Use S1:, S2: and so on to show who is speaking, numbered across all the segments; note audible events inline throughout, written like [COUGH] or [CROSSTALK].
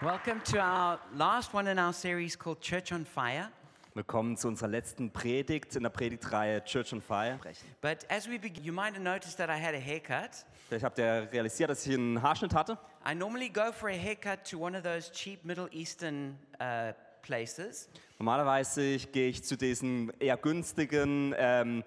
S1: Welcome to our last one in our series called Church on Fire.
S2: Willkommen zu unserer letzten Predigt in der Predigtreihe Church on Fire.
S1: But as we begin, you might have noticed that I had a haircut.
S2: Vielleicht habt ihr realisiert, dass ich einen Haarschnitt hatte.
S1: I normally go for a haircut to one of those cheap Middle Eastern uh, places,
S2: Normalerweise ich- gehe ich zu diesen eher günstigen ähm,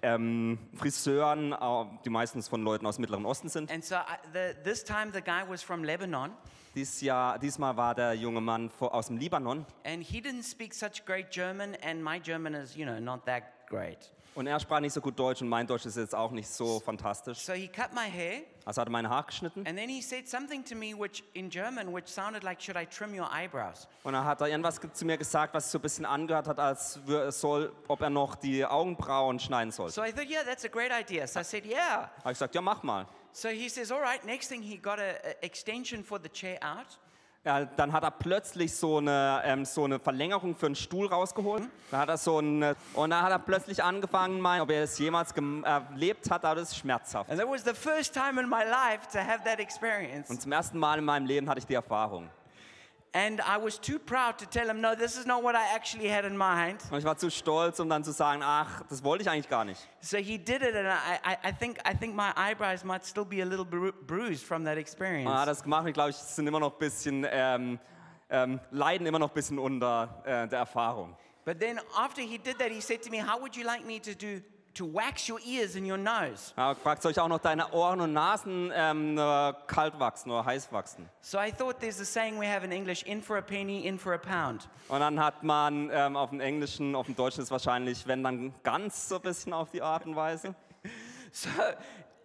S2: ähm, Friseuren, äh, die meistens von Leuten aus dem Mittleren Osten sind.
S1: and so I, the, this time the guy was from Lebanon,
S2: Dies Jahr, diesmal war der junge Mann vo- aus dem Libanon
S1: and he didn't speak such great German, and my German is, you know, not that great.
S2: und er sprach nicht so gut Deutsch und mein Deutsch ist jetzt auch nicht so fantastisch.
S1: So he cut my hair,
S2: Also hat er mein Haar geschnitten
S1: and then he said something to me, which in German, which sounded like, "Should I trim your eyebrows?"
S2: und er hat da irgendwas ge- zu mir gesagt, was so ein bisschen angehört hat, als wür- es soll, ob er noch die Augenbrauen schneiden soll.
S1: So I thought, "Yeah, that's a great idea." So I said, "Yeah."
S2: Habe ich gesagt, ja mach mal.
S1: So he says, all right, next thing he got an extension for the chair out.
S2: Ja, Äh, dann hat er plötzlich so eine, ähm, so eine Verlängerung für einen Stuhl rausgeholt. Dann hat er so eine, und dann hat er plötzlich angefangen, mein, ob er es jemals gem- erlebt hat, aber das ist schmerzhaft.
S1: And that was the first time in my life to have that experience.
S2: Und zum ersten Mal in meinem Leben hatte ich die Erfahrung.
S1: And I was too proud to tell him, no, this is not what I actually had in mind.
S2: Und ich war zu stolz, um dann zu sagen, ach, das wollte ich eigentlich gar nicht.
S1: So he did it, and I, I, I, think, I think my eyebrows might still be a little bru- bruised from that experience.
S2: Und er hat das gemacht und ich glaube, ich sind immer noch ein bisschen, ähm, ähm, leiden immer noch ein bisschen unter äh, der Erfahrung.
S1: but then after he did that, he said to me, how would you like me to do to wax your ears and your nose?
S2: Aber fragt euch auch noch deine Ohren und Nasen ähm, äh, kalt wachsen oder heiß wachsen.
S1: So I thought there's a saying we have in English, in for a penny, in for a pound. [LAUGHS]
S2: Und dann hat man ähm, auf dem Englischen, auf dem Deutschen ist wahrscheinlich, wenn dann ganz so ein bisschen auf die Art und Weise.
S1: So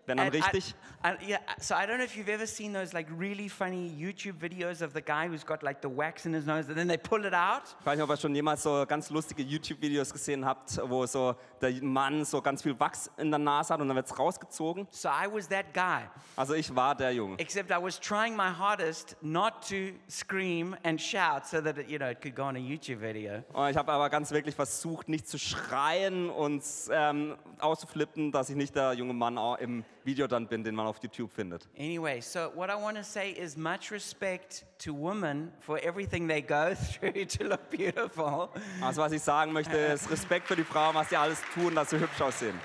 S2: Wenn dann
S1: And I-
S2: richtig.
S1: I- yeah, so I don't know if you've ever seen those like really funny YouTube videos of the guy who's got like the wax in his nose and then they pull it out.
S2: Ich weiß nicht, ob ihr schon jemals so ganz lustige YouTube-Videos gesehen habt, wo so der Mann so ganz viel Wachs in der Nase hat und dann wird es rausgezogen.
S1: So I was that guy,
S2: Also ich war der Junge.
S1: except I was trying my hardest not to scream and shout so that it, you know it could go on a YouTube video.
S2: Und ich habe aber ganz wirklich versucht, nicht zu schreien und ähm, auszuflippen, dass ich nicht der junge Mann au- im Video dann bin, den man auf YouTube findet.
S1: Anyway, so what I want to say is much respect to women for everything they go [LAUGHS] through to look beautiful.
S2: Also was ich sagen möchte, ist Respekt für die Frauen, was sie alles tun, dass sie hübsch aussehen.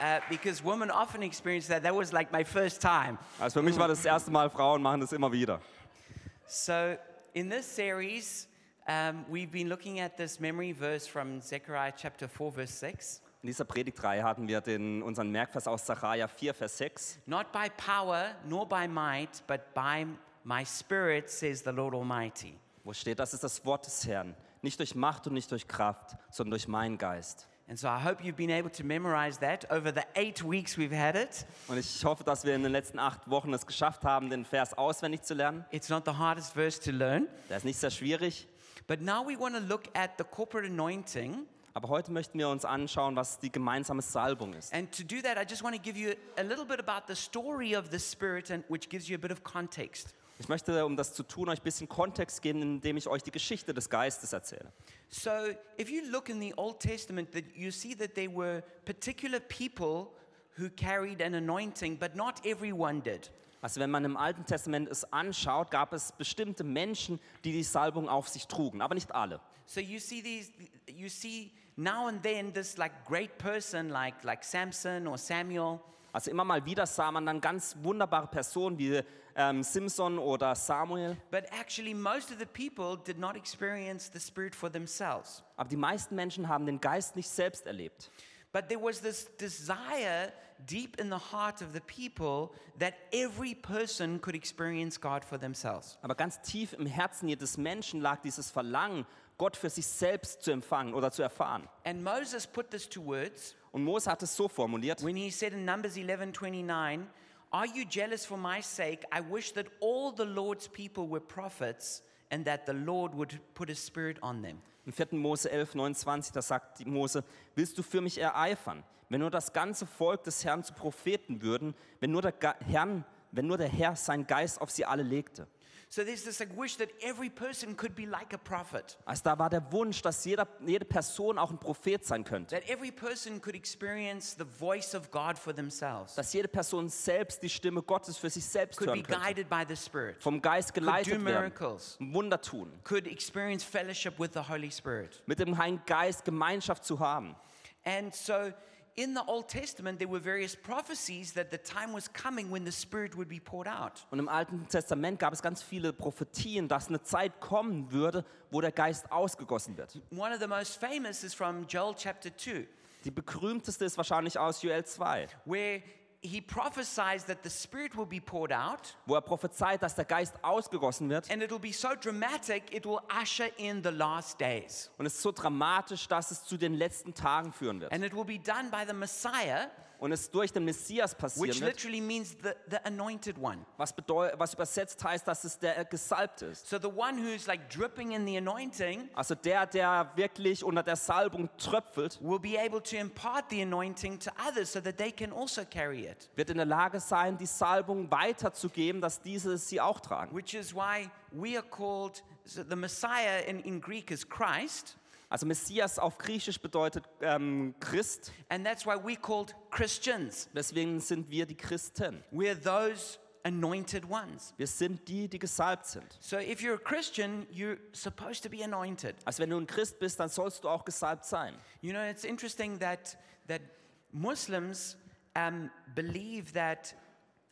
S1: Uh, because women often experience that. That was like my first time.
S2: Also für mich war das, das erste Mal, Frauen machen das immer wieder.
S1: So, in this series, um, we've been looking at this memory verse from Zechariah chapter 4, verse 6.
S2: In dieser Predigtreihe hatten wir den, unseren Merkvers aus Sacharja 4, Vers 6.
S1: Not by power nor by might, but by my spirit, says the Lord Almighty.
S2: Wo steht, das ist das Wort des Herrn. Nicht durch Macht und nicht durch Kraft, sondern durch meinen Geist.
S1: And so, I hope you've been able to memorize that over the eight weeks we've had it.
S2: Und ich hoffe, dass wir in den letzten acht Wochen es geschafft haben, den Vers auswendig zu lernen.
S1: It's not the hardest verse to learn.
S2: Der ist nicht sehr schwierig.
S1: But now we want to look at the corporate anointing.
S2: Aber heute möchten wir uns anschauen, was die gemeinsame Salbung ist.
S1: And to do that, I just want to give you a little bit about the story of the Spirit, and which gives you a bit of context.
S2: Ich möchte, um das zu tun, euch ein bisschen Kontext geben, indem ich euch die Geschichte des Geistes erzähle.
S1: So, if you look in the Old Testament, that you see that there were particular people who carried an anointing, but not everyone did.
S2: Also wenn man im Alten Testament es anschaut, gab es bestimmte Menschen, die die Salbung auf sich trugen, aber nicht alle.
S1: So you see these, you see now and then this like great person, like like Samson or Samuel,
S2: Also immer mal wieder sah man dann ganz wunderbare Personen wie ähm, Simpson oder Samuel,
S1: but actually most of the people did not experience the Spirit for themselves.
S2: aber die meisten Menschen haben den Geist nicht selbst erlebt.
S1: But there was this desire deep in the heart of the people that every person could experience God for themselves.
S2: Aber ganz tief im Herzen jedes Menschen lag dieses Verlangen, Gott für sich selbst zu empfangen oder zu erfahren.
S1: And Moses put this to words.
S2: Und Mose hat es so formuliert,
S1: when he said in numbers 11:29 are you jealous for my sake i wish that all the lord's people were prophets and that the lord would put his spirit on them
S2: im 4. Mose 11, 29, da sagt die Mose, willst du für mich ereifern, wenn nur das ganze Volk des Herrn zu Propheten würden, wenn nur der, Ge Herrn, wenn nur der Herr seinen Geist auf sie alle legte.
S1: So there's this like wish that every person could be like a prophet,
S2: Also da war der Wunsch, dass jeder, jede Person auch ein Prophet sein könnte.
S1: that every person could experience the voice of God for themselves,
S2: Dass jede Person selbst die Stimme Gottes für sich selbst
S1: could be
S2: hören könnte.
S1: guided by the Spirit,
S2: Vom Geist
S1: could do
S2: geleitet werden.
S1: miracles,
S2: Wunder tun.
S1: could experience fellowship with the Holy Spirit.
S2: Mit dem Heiligen Geist Gemeinschaft zu haben.
S1: And so in the Old Testament, there were various prophecies that the time was coming when the Spirit would be poured out.
S2: Und im Alten Testament gab es ganz viele Prophetien, dass eine Zeit kommen würde, wo der Geist ausgegossen wird.
S1: One of the most famous is from Joel chapter 2,
S2: Die berühmteste ist wahrscheinlich aus Joel 2,
S1: where he prophesies that the Spirit will be poured out,
S2: wo er prophezeit, dass der Geist ausgegossen wird.
S1: and it'll be so dramatic, it will usher in the last days.
S2: Und es ist so dramatisch, dass es zu den letzten Tagen führen wird.
S1: And it will be done by the Messiah,
S2: Und es durch den Messias
S1: which
S2: passieren wird,
S1: literally means the, the anointed one.
S2: was, bedeu- was übersetzt heißt, dass es der Gesalbte ist.
S1: So the one who's like dripping in the anointing
S2: Also der, der wirklich unter der Salbung tröpfelt,
S1: will be able to impart the anointing to others so that they can also carry it.
S2: wird in der Lage sein, die Salbung weiterzugeben, dass diese sie auch tragen.
S1: Which is why we are called so the Messiah in, in Greek is Christ,
S2: Also Messias auf Griechisch bedeutet ähm, Christ.
S1: and that's why we're called Christians.
S2: Deswegen sind wir die Christen.
S1: We're those anointed ones.
S2: Wir sind die, die gesalbt sind.
S1: So if you're a Christian, you're supposed to be anointed.
S2: Also wenn du ein Christ bist, dann sollst du auch gesalbt sein.
S1: You know, it's interesting that that Muslims um, believe that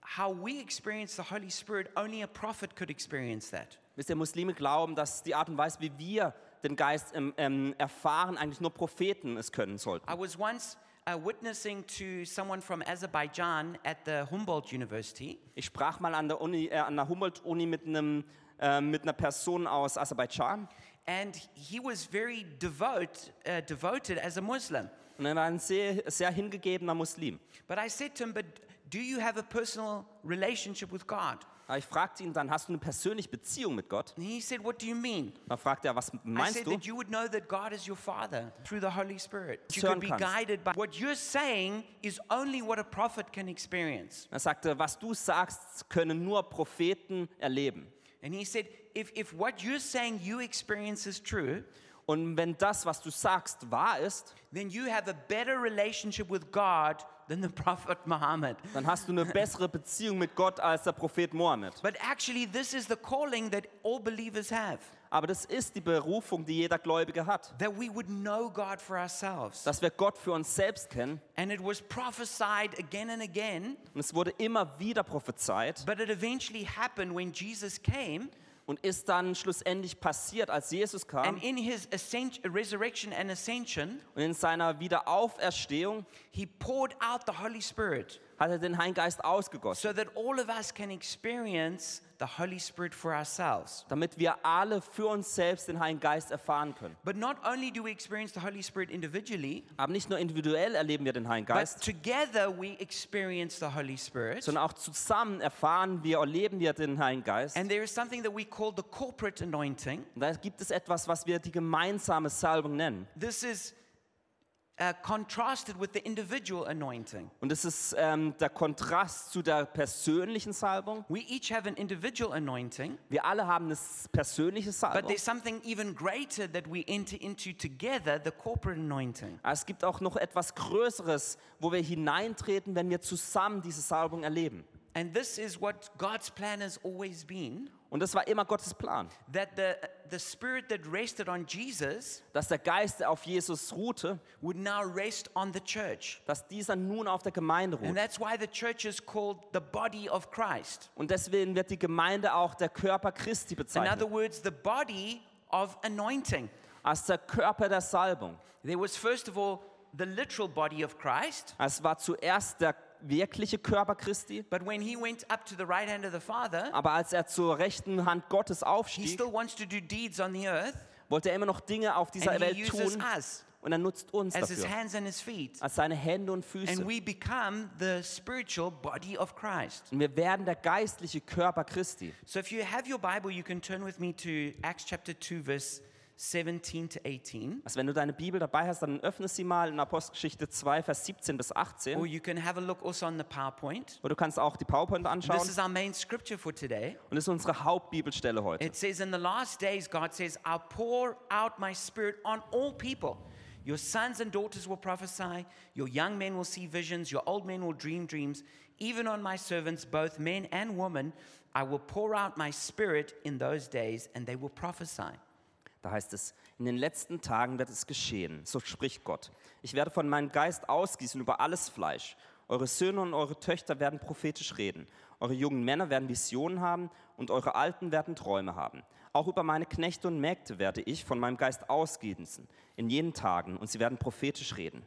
S1: how we experience the Holy Spirit, only a prophet could experience that.
S2: Wisst ihr, Muslime glauben, dass die Art und Weise, wie wir den Geist ähm, ähm, erfahren, eigentlich nur Propheten es können sollten.
S1: I was once uh, witnessing to someone from Azerbaijan at the Humboldt University.
S2: Ich sprach mal an der, Uni, äh, an der Humboldt-Uni mit, einem, äh, mit einer Person aus Aserbaidschan.
S1: And he was very devout, uh, devoted as a Muslim.
S2: Und er war ein sehr, sehr hingegebener Muslim.
S1: But I said to him, But do you have a personal relationship with God?
S2: Aber ich fragte ihn dann, hast du eine persönliche Beziehung mit Gott?
S1: And he said, What do you mean?
S2: Da fragte er, was
S1: I said
S2: meinst du?
S1: that you would know that God is your Father through the Holy Spirit. You
S2: Discern
S1: could be
S2: kannst.
S1: guided by what you're saying is only what a prophet can experience.
S2: Er sagte, was du sagst, können nur Propheten erleben.
S1: And he said, If, if what you're saying you experience is true,
S2: Und wenn das, was du sagst, wahr ist,
S1: then you have a better relationship with God than the [LAUGHS] Prophet Muhammad.
S2: dann hast
S1: [LAUGHS]
S2: du eine bessere Beziehung mit Gott als der Prophet Mohammed.
S1: But actually, this is the calling that all believers have.
S2: Aber das ist die Berufung, die jeder Gläubige hat.
S1: that we would know God for ourselves.
S2: Dass wir Gott für uns selbst kennen.
S1: And it was prophesied again and again,
S2: Und es wurde immer wieder prophezeit
S1: but it eventually happened when Jesus came
S2: und ist dann schlussendlich passiert, als Jesus
S1: and
S2: kam
S1: in his ascen- resurrection and ascension,
S2: und in seiner Wiederauferstehung
S1: he poured out the Holy Spirit
S2: hat er den Heiligen Geist ausgegossen,
S1: so that all of us can experience the Holy Spirit for ourselves.
S2: damit wir alle für uns selbst den Heiligen Geist erfahren können.
S1: But not only do we experience the Holy Spirit individually,
S2: Aber nicht nur individuell erleben wir den Heiligen
S1: but
S2: Geist,
S1: together we experience the Holy Spirit.
S2: sondern auch zusammen erfahren wir, erleben wir den Heiligen Geist.
S1: And there is something that we call the corporate anointing.
S2: Und da gibt es etwas, was wir die gemeinsame Salbung nennen.
S1: This is uh, contrasted with the individual anointing.
S2: Und es ist ähm, der Kontrast zu der persönlichen Salbung.
S1: We each have an individual anointing,
S2: Wir alle haben eine s- persönliche
S1: but
S2: Salbung.
S1: there's something even greater that we enter into together the corporate anointing.
S2: Aber es gibt auch noch etwas Größeres, wo wir hineintreten, wenn wir zusammen diese Salbung erleben.
S1: And this is what God's plan has always been
S2: Und das war immer Gottes Plan,
S1: that the, the spirit that rested on Jesus
S2: dass der Geist, der auf Jesus ruhte,
S1: would now rest on the church.
S2: dass dieser nun auf der Gemeinde
S1: And
S2: ruht.
S1: that's why the church is called the body of Christ.
S2: Und deswegen wird die Gemeinde auch der Körper Christi
S1: In other
S2: bezeichnet,
S1: words, the body of anointing.
S2: als der Körper der Salbung.
S1: There was, first of all, the literal body of Christ.
S2: Es war zuerst der wirkliche Körper Christi,
S1: But when he went up to the right hand of the Father,
S2: aber als er zur rechten Hand Gottes
S1: he
S2: aufstieg,
S1: still wants to do deeds on the earth,
S2: wollte er immer noch Dinge auf dieser
S1: and he
S2: Welt
S1: uses
S2: tun
S1: us
S2: und er nutzt uns
S1: as his
S2: dafür,
S1: hands and his feet.
S2: als seine Hände und
S1: And
S2: Füße.
S1: we become the spiritual body of Christ.
S2: Und wir werden der geistliche Körper Christi.
S1: So if you have your Bible, you can turn with me to Acts chapter 2, verse 17 to 18.
S2: Also wenn du deine Bibel dabei hast, dann öffne sie mal in Apostelgeschichte 2, Vers 17 bis 18.
S1: Or you can have a look also on the PowerPoint.
S2: Und du kannst auch die PowerPoint
S1: This
S2: anschauen.
S1: is our main scripture for today.
S2: Und das ist unsere Hauptbibelstelle heute.
S1: It says, In the last days, God says, I'll pour out my spirit on all people. Your sons and daughters will prophesy, your young men will see visions, your old men will dream dreams. Even on my servants, both men and women, I will pour out my spirit in those days, and they will prophesy.
S2: Da heißt es, in den letzten Tagen wird es geschehen, so spricht Gott. Ich werde von meinem Geist ausgießen über alles Fleisch. Eure Söhne und eure Töchter werden prophetisch reden. Eure jungen Männer werden Visionen haben und eure Alten werden Träume haben. Auch über meine Knechte und Mägde werde ich von meinem Geist ausgießen in jenen Tagen und sie werden prophetisch reden.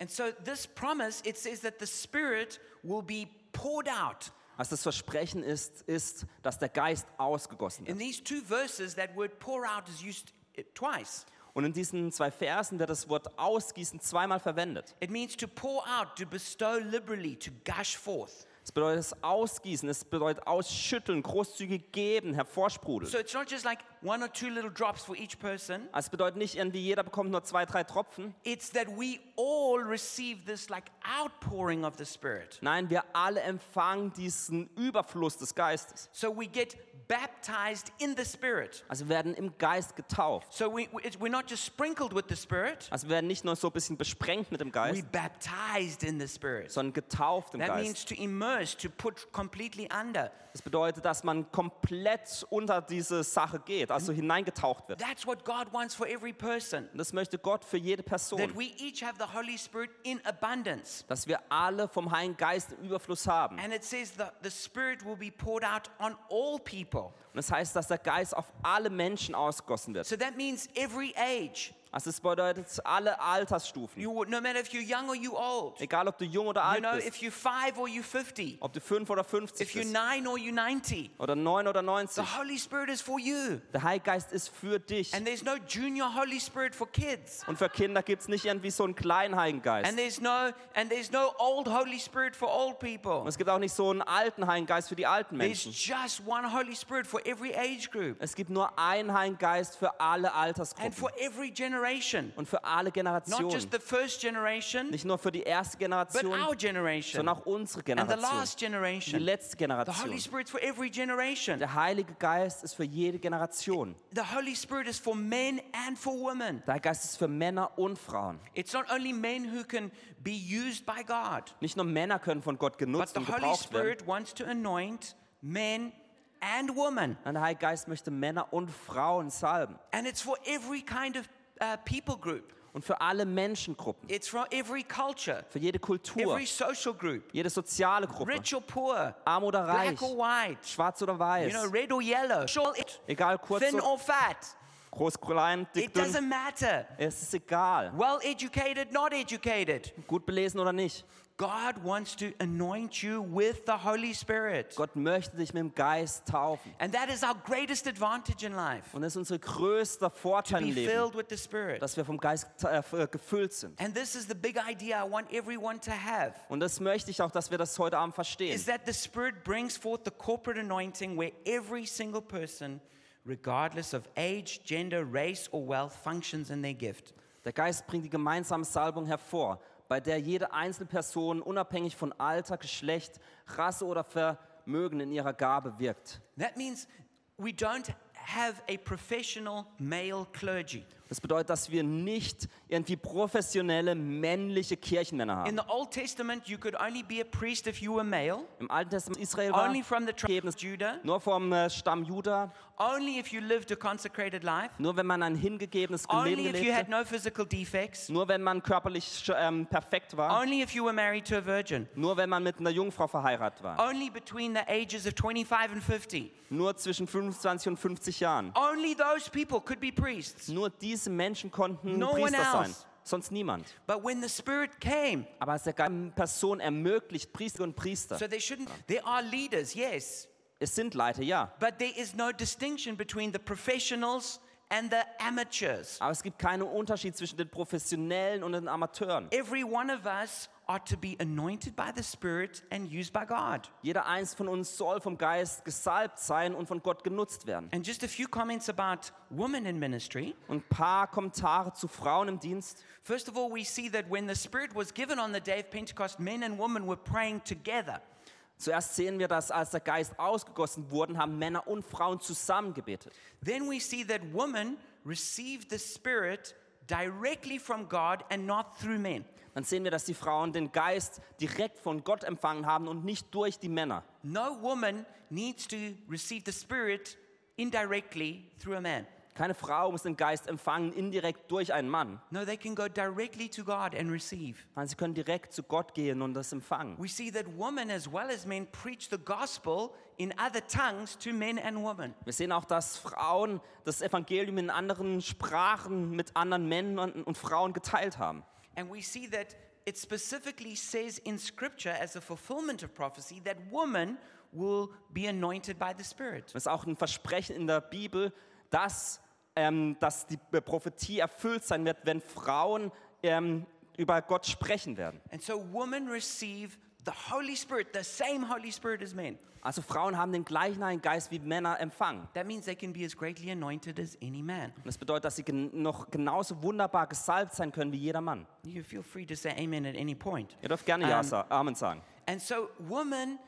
S1: And so, this promise, it says that the spirit will be poured out.
S2: Was das Versprechen ist, ist, dass der Geist ausgegossen
S1: In
S2: wird.
S1: these two verses, that word pour out is used uh, twice.
S2: Und in diesen zwei Versen wird das Wort ausgießen zweimal verwendet.
S1: It means to pour out, to bestow liberally, to gush forth.
S2: Es bedeutet es ausgießen, es bedeutet ausschütteln, großzügig geben, hervorsprudeln.
S1: So it's not just like one or two little drops for each person.
S2: Also es bedeutet nicht irgendwie, jeder bekommt nur zwei, drei Tropfen.
S1: It's that we all receive this like outpouring of the Spirit.
S2: Nein, wir alle empfangen diesen Überfluss des Geistes.
S1: So we get baptized in the Spirit.
S2: Also wir werden im Geist getauft.
S1: So we, we- it's- we're not just sprinkled with the Spirit,
S2: Also wir werden nicht nur so ein bisschen besprengt mit dem
S1: we
S2: Geist,
S1: baptized in the Spirit.
S2: sondern getauft im
S1: That
S2: Geist.
S1: means to immerse, to put completely under.
S2: Das bedeutet, dass man komplett unter diese Sache geht, also hineingetaucht wird.
S1: That's what God wants for every person.
S2: Und das möchte Gott für jede
S1: That
S2: Person,
S1: we each have the Holy Spirit in abundance.
S2: dass wir alle vom Heiligen Geist im Überfluss haben. Und
S1: And it says that the Spirit will be poured out on all people.
S2: das heißt, dass der Geist auf alle Menschen ausgegossen wird.
S1: So that means every age.
S2: Also es bedeutet alle Altersstufen.
S1: You, no matter if you're young or you old.
S2: Egal, ob du jung oder
S1: You
S2: alt
S1: know,
S2: bist,
S1: if you're five or you're 50.
S2: ob du fünf oder
S1: If
S2: 50
S1: you're
S2: bist,
S1: nine or you're 90.
S2: oder neun oder
S1: The
S2: 90.
S1: Holy Spirit is for you.
S2: Der Heilige Geist ist für dich.
S1: And there's no junior Holy Spirit for kids.
S2: Und für Kinder gibt es nicht irgendwie so einen kleinen Heiligen
S1: And
S2: Geist.
S1: there's no and there's no old Holy Spirit for old
S2: Und
S1: people.
S2: es gibt auch nicht so einen alten Heiligen Geist für die alten
S1: There's
S2: Menschen.
S1: just one Holy Spirit for every age group
S2: Es gibt nur einen Heiligen Geist für alle
S1: and
S2: Altersgruppen
S1: for every generation.
S2: und für alle
S1: Not just
S2: Generationen.
S1: the first generation,
S2: Nicht nur für die erste
S1: but
S2: Generation,
S1: our generation
S2: sondern auch unsere
S1: and the
S2: Generation,
S1: last
S2: die
S1: generation.
S2: letzte
S1: The Holy
S2: Generation.
S1: Spirit's for every generation.
S2: Der Heilige Geist ist für jede Generation.
S1: The Holy Spirit is for men and for women.
S2: Der Geist ist für Männer und Frauen.
S1: It's not only men who can be used by God,
S2: Nicht nur Männer können von Gott
S1: but
S2: genutzt
S1: the
S2: und
S1: Holy
S2: gebraucht werden.
S1: Spirit wants to anoint men and women.
S2: Und der Heilige Geist möchte Männer und Frauen salben.
S1: And it's for every kind of uh, people group,
S2: Und für alle Menschengruppen,
S1: it's for every culture,
S2: für jede Kultur,
S1: every social group,
S2: jede soziale Gruppe,
S1: rich or poor,
S2: arm oder reich,
S1: black or white,
S2: schwarz oder
S1: you know,
S2: weiß,
S1: red or yellow, short,
S2: egal kurz,
S1: thin
S2: oder-
S1: or fat.
S2: groß, klein, dick,
S1: It
S2: dünn,
S1: doesn't matter.
S2: es ist egal,
S1: Well educated, not educated.
S2: gut belesen oder nicht.
S1: God wants to anoint you with the Holy Spirit.
S2: Gott möchte dich mit dem Geist taufen.
S1: And that is our greatest advantage in life.
S2: Und das ist unser größter Vorteil im
S1: be
S2: Leben,
S1: filled with the Spirit.
S2: dass wir vom Geist äh, f- gefüllt sind.
S1: And this is the big idea I want everyone to have.
S2: Und das möchte ich auch, dass wir das heute Abend verstehen.
S1: Is that the Spirit brings forth the corporate anointing where every single person, regardless of age, gender, race, or wealth, functions in their gift.
S2: Der Geist bringt die gemeinsame Salbung hervor, bei der jede Einzelperson unabhängig von Alter, Geschlecht, Rasse oder Vermögen in ihrer Gabe wirkt.
S1: That means we don't have a professional male clergy.
S2: Das bedeutet, dass wir nicht irgendwie professionelle männliche Kirchenmänner
S1: In
S2: haben.
S1: the Old Testament, you could only be a priest if you were male,
S2: Im Alten Testament Israel war
S1: only from the tribe of Judah,
S2: nur vom äh, Stamm Juda,
S1: only if you lived a consecrated life,
S2: nur wenn man ein hingegebenes Leben
S1: only if you had
S2: lebte,
S1: no physical defects,
S2: nur wenn man körperlich ähm, perfekt war,
S1: only if you were married to a virgin.
S2: nur wenn man mit einer Jungfrau verheiratet war,
S1: only between the ages of 25 and 50.
S2: nur zwischen 25 und 50 Jahren.
S1: Only those people could be priests.
S2: Nur diese Menschen konnten
S1: No one
S2: Priester sein,
S1: else.
S2: sonst niemand.
S1: But when the Spirit came,
S2: Aber es der ganzen Person ermöglicht, Priester und Priester.
S1: so they shouldn't, there are leaders, yes,
S2: Es sind Leiter, ja.
S1: but there is no distinction between the professionals and the amateurs.
S2: Aber es gibt keinen Unterschied zwischen den Professionellen und den Amateuren.
S1: Every one of us are to be anointed by the Spirit and used by God.
S2: Jeder eins von uns soll vom Geist gesalbt sein und von Gott genutzt werden.
S1: And just a few comments about women in ministry.
S2: Und ein paar Kommentare zu Frauen im Dienst.
S1: First of all, we see that when the Spirit was given on the day of Pentecost, men and women were praying together.
S2: Zuerst sehen wir, dass als der Geist ausgegossen wurde, haben Männer und Frauen zusammen gebetet.
S1: Then we see that women received the Spirit directly from God and not through men.
S2: Dann sehen wir, dass die Frauen den Geist direkt von Gott empfangen haben und nicht durch die Männer.
S1: No woman needs to receive the Spirit indirectly through a man.
S2: Keine Frau muss den Geist empfangen, indirekt durch einen Mann.
S1: No, they can go directly to God and receive.
S2: Nein, sie können direkt zu Gott gehen und das empfangen.
S1: We see that women as well as men preach the gospel in other tongues to men and women.
S2: Wir sehen auch, dass Frauen das Evangelium in anderen Sprachen mit anderen Männern und Frauen geteilt haben.
S1: And we see that it specifically says in Scripture, as a fulfillment of prophecy, that woman will be anointed by the Spirit.
S2: Das ist auch ein Versprechen in der Bibel, dass, ähm, dass die Prophetie erfüllt sein wird, wenn Frauen ähm, über Gott sprechen werden.
S1: And so women receive the Holy Spirit, the same Holy Spirit as men.
S2: Also Frauen haben den gleichen Heiligen Geist wie Männer empfangen.
S1: That means they can be as greatly anointed as any man.
S2: Und das bedeutet, dass sie gen noch genauso wunderbar gesalbt sein können wie jeder Mann.
S1: You feel free to say amen at any point.
S2: Ihr dürft gerne ja sa Amen sagen.
S1: And so women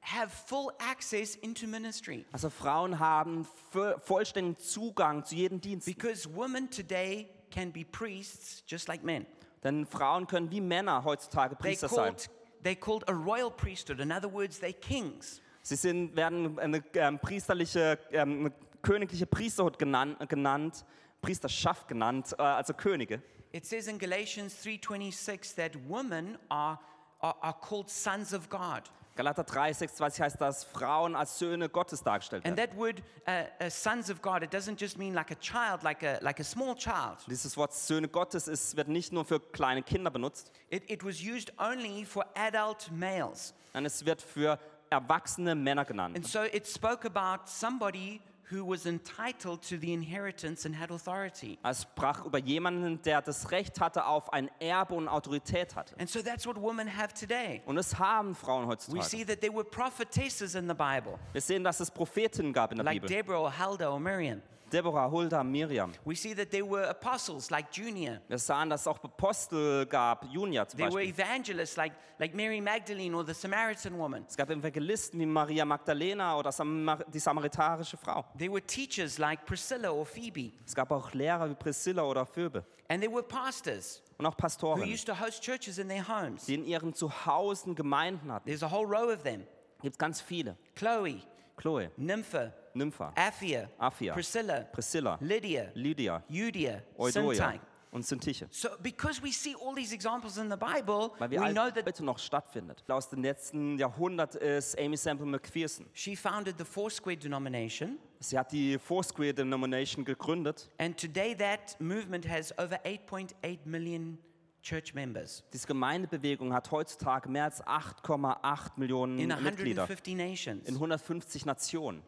S1: have full access into ministry
S2: Also Frauen haben vo- vollständigen Zugang zu jedem Dienst.
S1: because women today can be priests just like men.
S2: Denn Frauen können wie Männer heutzutage
S1: They
S2: Priester sein.
S1: called, they called a royal priesthood. In other words, they kings.
S2: Sie sind, werden eine ähm, priesterliche, ähm, eine königliche Priesterhut genannt, genannt Priesterschaft genannt, äh, also Könige.
S1: It says in Galatians 3:26 that women are, are, are called sons of God.
S2: Galater 3, 26 heißt, dass Frauen als Söhne Gottes dargestellt
S1: And
S2: werden.
S1: that word, uh, uh, sons of God, it doesn't just mean like a child, like a, like a small child.
S2: Dieses Wort Söhne Gottes ist, wird nicht nur für kleine Kinder benutzt,
S1: It, it was used only for adult males.
S2: sondern es wird für erwachsene Männer genannt.
S1: And so it spoke about somebody who was entitled to the inheritance and had authority.
S2: Es sprach über jemanden, der das Recht hatte auf ein Erbe und Autorität hatte.
S1: And so that's what women have today.
S2: Und das haben Frauen
S1: We
S2: heutzutage.
S1: see that there were prophetesses in the Bible,
S2: Wir sehen, dass es Prophetinnen gab in der
S1: like
S2: Bibel.
S1: Deborah or Huldah or Miriam.
S2: Deborah, Hulda, Miriam.
S1: We see that there were apostles like Junior.
S2: Wir sahen, dass es auch Apostel gab, Junia zum
S1: There were
S2: Beispiel.
S1: evangelists like, like Mary Magdalene or the Samaritan woman.
S2: Es gab Evangelisten wie Maria Magdalena oder Samar die samaritanische Frau.
S1: There were teachers like Priscilla or Phoebe.
S2: Es gab auch Lehrer wie Priscilla oder Phoebe
S1: And there were pastors
S2: und auch
S1: who
S2: Pastoren,
S1: used to host churches in their homes.
S2: die in ihren Zuhausen Gemeinden hatten.
S1: There's a whole row of them
S2: Gibt es ganz viele.
S1: Chloe,
S2: Chloe,
S1: Nympha,
S2: Nympha,
S1: Aphia,
S2: Aphia,
S1: Priscilla,
S2: Priscilla,
S1: Lydia,
S2: Lydia,
S1: Eudia,
S2: Eudoia
S1: Syntyche.
S2: und Sintiche.
S1: So, because we see all these examples in the Bible, we
S2: Weil wir
S1: know
S2: all
S1: that
S2: heute noch stattfindet. Aus dem letzten Jahrhundert ist Amy Sample McPherson.
S1: she founded the Foursquare denomination,
S2: Sie hat die Foursquare Denomination gegründet.
S1: and today that movement has over 8.8 million church members
S2: Diese Gemeindebewegung hat heutzutage mehr als 8,8 Millionen
S1: in
S2: Mitglieder
S1: 150 nations.
S2: in 150 Nationen.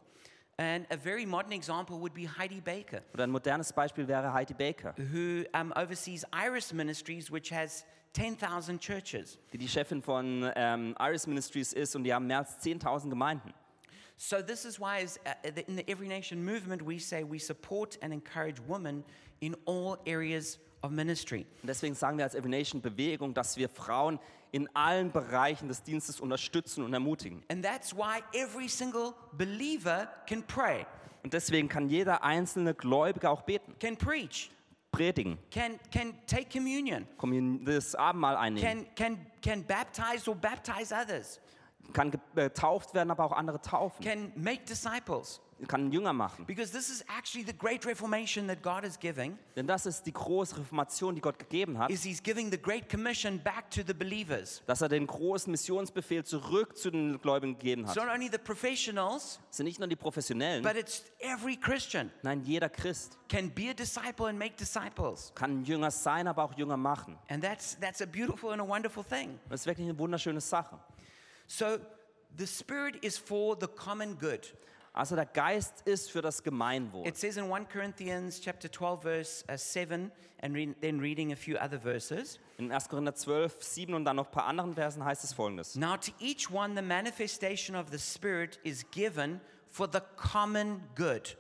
S1: And a very modern example would be Heidi Baker,
S2: Oder ein modernes Beispiel wäre Heidi Baker,
S1: who um, oversees Iris Ministries, which has 10,000 churches.
S2: die die Chefin von ähm, Iris Ministries ist und die haben mehr als 10.000 Gemeinden.
S1: So this is why, as, uh, uh, the- in the Every Nation movement, we say we support and encourage women in all areas of ministry.
S2: Und deswegen sagen wir als Every Nation Bewegung, dass wir Frauen in allen Bereichen des Dienstes unterstützen und ermutigen.
S1: And that's why every single believer can pray,
S2: Und deswegen kann jeder einzelne Gläubige auch beten,
S1: can preach,
S2: predigen,
S1: can, can take communion,
S2: Kommunion- das Abendmahl einnehmen,
S1: can, can, can baptize or baptize others,
S2: kann getauft werden, aber auch andere taufen,
S1: can make disciples.
S2: kann Jünger machen.
S1: Because this is actually the great reformation that God is giving,
S2: Denn das ist die große Reformation, die Gott gegeben hat,
S1: is he's giving the great commission back to the believers.
S2: dass er den großen Missionsbefehl zurück zu den Gläubigen gegeben
S1: It's
S2: hat.
S1: not only the professionals,
S2: Es sind nicht nur die Professionellen,
S1: but it's every Christian.
S2: nein, jeder Christ
S1: can be a disciple and make disciples.
S2: kann Jünger sein, aber auch Jünger machen.
S1: And that's, that's a beautiful and a wonderful thing.
S2: Das ist wirklich eine wunderschöne Sache.
S1: So the Spirit is for the common good.
S2: Also der Geist ist für das Gemeinwohl.
S1: It says in 1 Corinthians chapter 12 verse uh, 7 and re- then reading a few other verses.
S2: In 1. Korinther 12, 7 und dann noch ein paar anderen Versen heißt es folgendes.
S1: Now to each one the manifestation of the spirit is given for the common good.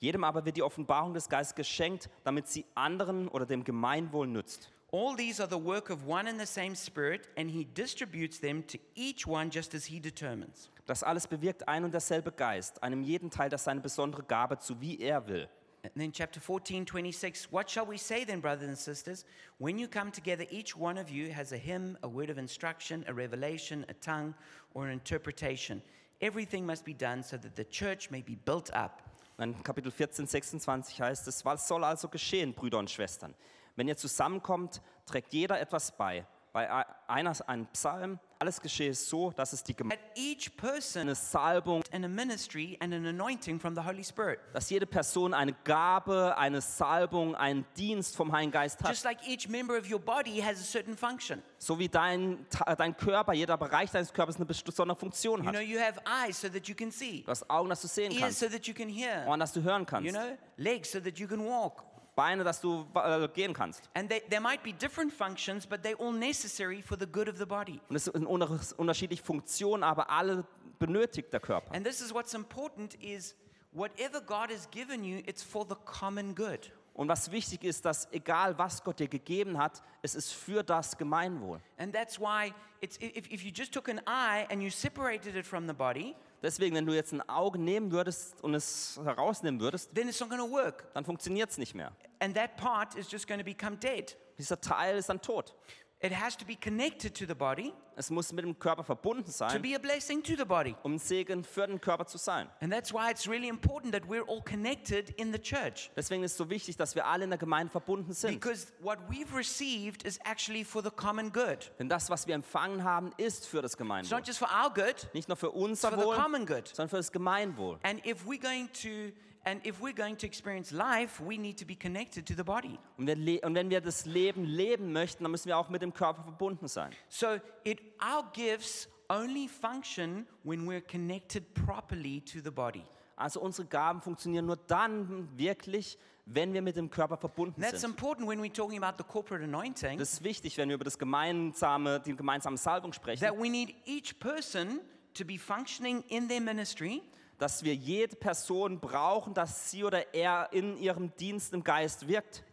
S2: Jedem aber wird die Offenbarung des Geistes geschenkt, damit sie anderen oder dem Gemeinwohl nützt.
S1: All these are the work of one and the same spirit and he distributes them to each one just as he determines.
S2: Das alles bewirkt ein und derselbe Geist, einem jeden Teil das seine besondere Gabe zu, wie er will.
S1: And then chapter 14, 26. What shall we say then, brothers and sisters? When you come together, each one of you has a hymn, a word of instruction, a revelation, a tongue, or an interpretation. Everything must be done so that the church may be built up.
S2: Dann in Kapitel 14, 26 heißt es, was soll also geschehen, Brüder und Schwestern? Wenn ihr zusammenkommt, trägt jeder etwas bei. Bei ei- einer einen Psalm, alles geschehe so, dass es die Gemeinde
S1: That each person
S2: eine Salbung,
S1: and a ministry and an anointing from the Holy Spirit.
S2: dass jede Person eine Gabe, eine Salbung, einen Dienst vom Heiligen Geist hat.
S1: Just like each member of your body has a certain function.
S2: So wie dein, Ta- dein Körper, jeder Bereich deines Körpers eine besondere Funktion
S1: You know,
S2: hat.
S1: you have eyes so that you can see,
S2: Du hast Augen, dass du sehen
S1: ears
S2: kannst,
S1: so that you can hear,
S2: Ohren, dass du hören
S1: you
S2: kannst,
S1: know, legs so that you can walk.
S2: Beine, dass du äh, gehen kannst.
S1: And they, there might be different functions, but they're all necessary for the good of the body.
S2: Und es sind unter- unterschiedliche Funktionen, aber alle benötigt der Körper.
S1: And this is what's important is whatever God has given you, it's for the common good.
S2: Und was wichtig ist, dass egal was Gott dir gegeben hat, es ist für das Gemeinwohl.
S1: And that's why it's, i- if, if you just took an eye and you separated it from the body,
S2: Deswegen, wenn du jetzt ein Auge nehmen würdest und es herausnehmen würdest,
S1: then it's not going to work.
S2: dann funktioniert es nicht mehr.
S1: And that part is just going to become dead.
S2: Dieser Teil ist dann tot.
S1: It has to be connected to the body
S2: Es muss mit dem Körper verbunden
S1: to
S2: sein,
S1: be a blessing to the body.
S2: um ein Segen für den Körper zu sein.
S1: And that's why it's really important that we're all connected in the church.
S2: Deswegen ist es so wichtig, dass wir alle in der Gemeinde verbunden sind.
S1: Because what we've received is actually for the common good.
S2: Denn das, was wir empfangen haben, ist für das
S1: It's
S2: Gemeinwohl.
S1: not just for our good,
S2: Nicht nur für
S1: it's
S2: unser
S1: for the
S2: Wohl,
S1: common good.
S2: sondern für das Gemeinwohl.
S1: And if we're going to and if we're going to experience life, we need to be connected to the body.
S2: Und wenn, le- und wenn wir das Leben leben möchten, dann müssen wir auch mit dem Körper verbunden sein.
S1: So it our gifts only function when we're connected properly to the body.
S2: Also unsere Gaben funktionieren nur dann wirklich, wenn wir mit dem Körper verbunden
S1: And that's
S2: sind.
S1: important when we're talking about the corporate anointing
S2: Das ist wichtig, wenn wir über das gemeinsame, die gemeinsame Salbung sprechen,
S1: that we need each person to be functioning in their ministry
S2: dass wir jede Person brauchen, dass sie oder er in ihrem Dienst im Geist wirkt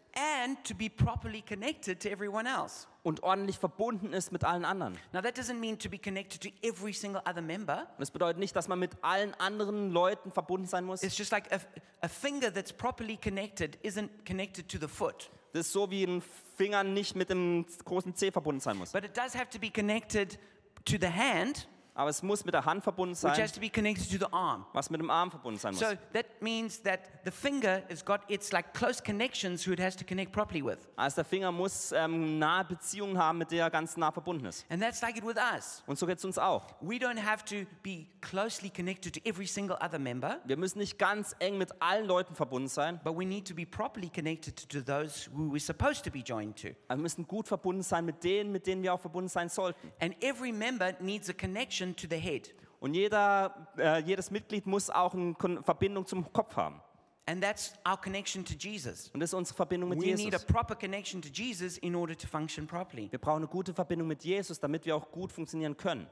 S1: and to be properly connected to everyone else.
S2: und ordentlich verbunden ist mit allen anderen. Und
S1: Now that doesn't mean to be connected to every single other member.
S2: das bedeutet nicht, dass man mit allen anderen Leuten verbunden sein muss.
S1: It's just like a, a finger that's properly connected isn't connected to the foot.
S2: Das ist so wie ein Finger nicht mit dem großen Zeh verbunden sein muss.
S1: But it does have to be connected to the hand,
S2: Aber es muss mit der Hand verbunden
S1: which
S2: sein,
S1: has to be connected to the arm.
S2: was mit dem Arm verbunden sein muss.
S1: So that means that the finger has got its like close connections who it has to connect properly with.
S2: Also der Finger muss ähm, nahe Beziehungen haben, mit der er ganz nah verbunden ist.
S1: And that's like it with us.
S2: Und so geht es uns auch.
S1: We don't have to be closely connected to every single other member,
S2: Wir müssen nicht ganz eng mit allen Leuten verbunden sein,
S1: but we need to be properly connected to- to those who we're supposed to be joined to.
S2: aber wir müssen gut verbunden sein mit denen, mit denen wir auch verbunden sein sollten.
S1: And every member needs a connection to the head.
S2: Und jeder, äh, jedes Mitglied muss auch eine Kon- Verbindung zum Kopf haben.
S1: And that's our connection to Jesus.
S2: Und das ist unsere Verbindung mit
S1: We need a
S2: Jesus.
S1: proper connection to Jesus in order to function properly.
S2: Wir brauchen eine gute Verbindung mit Jesus, damit wir auch gut funktionieren können.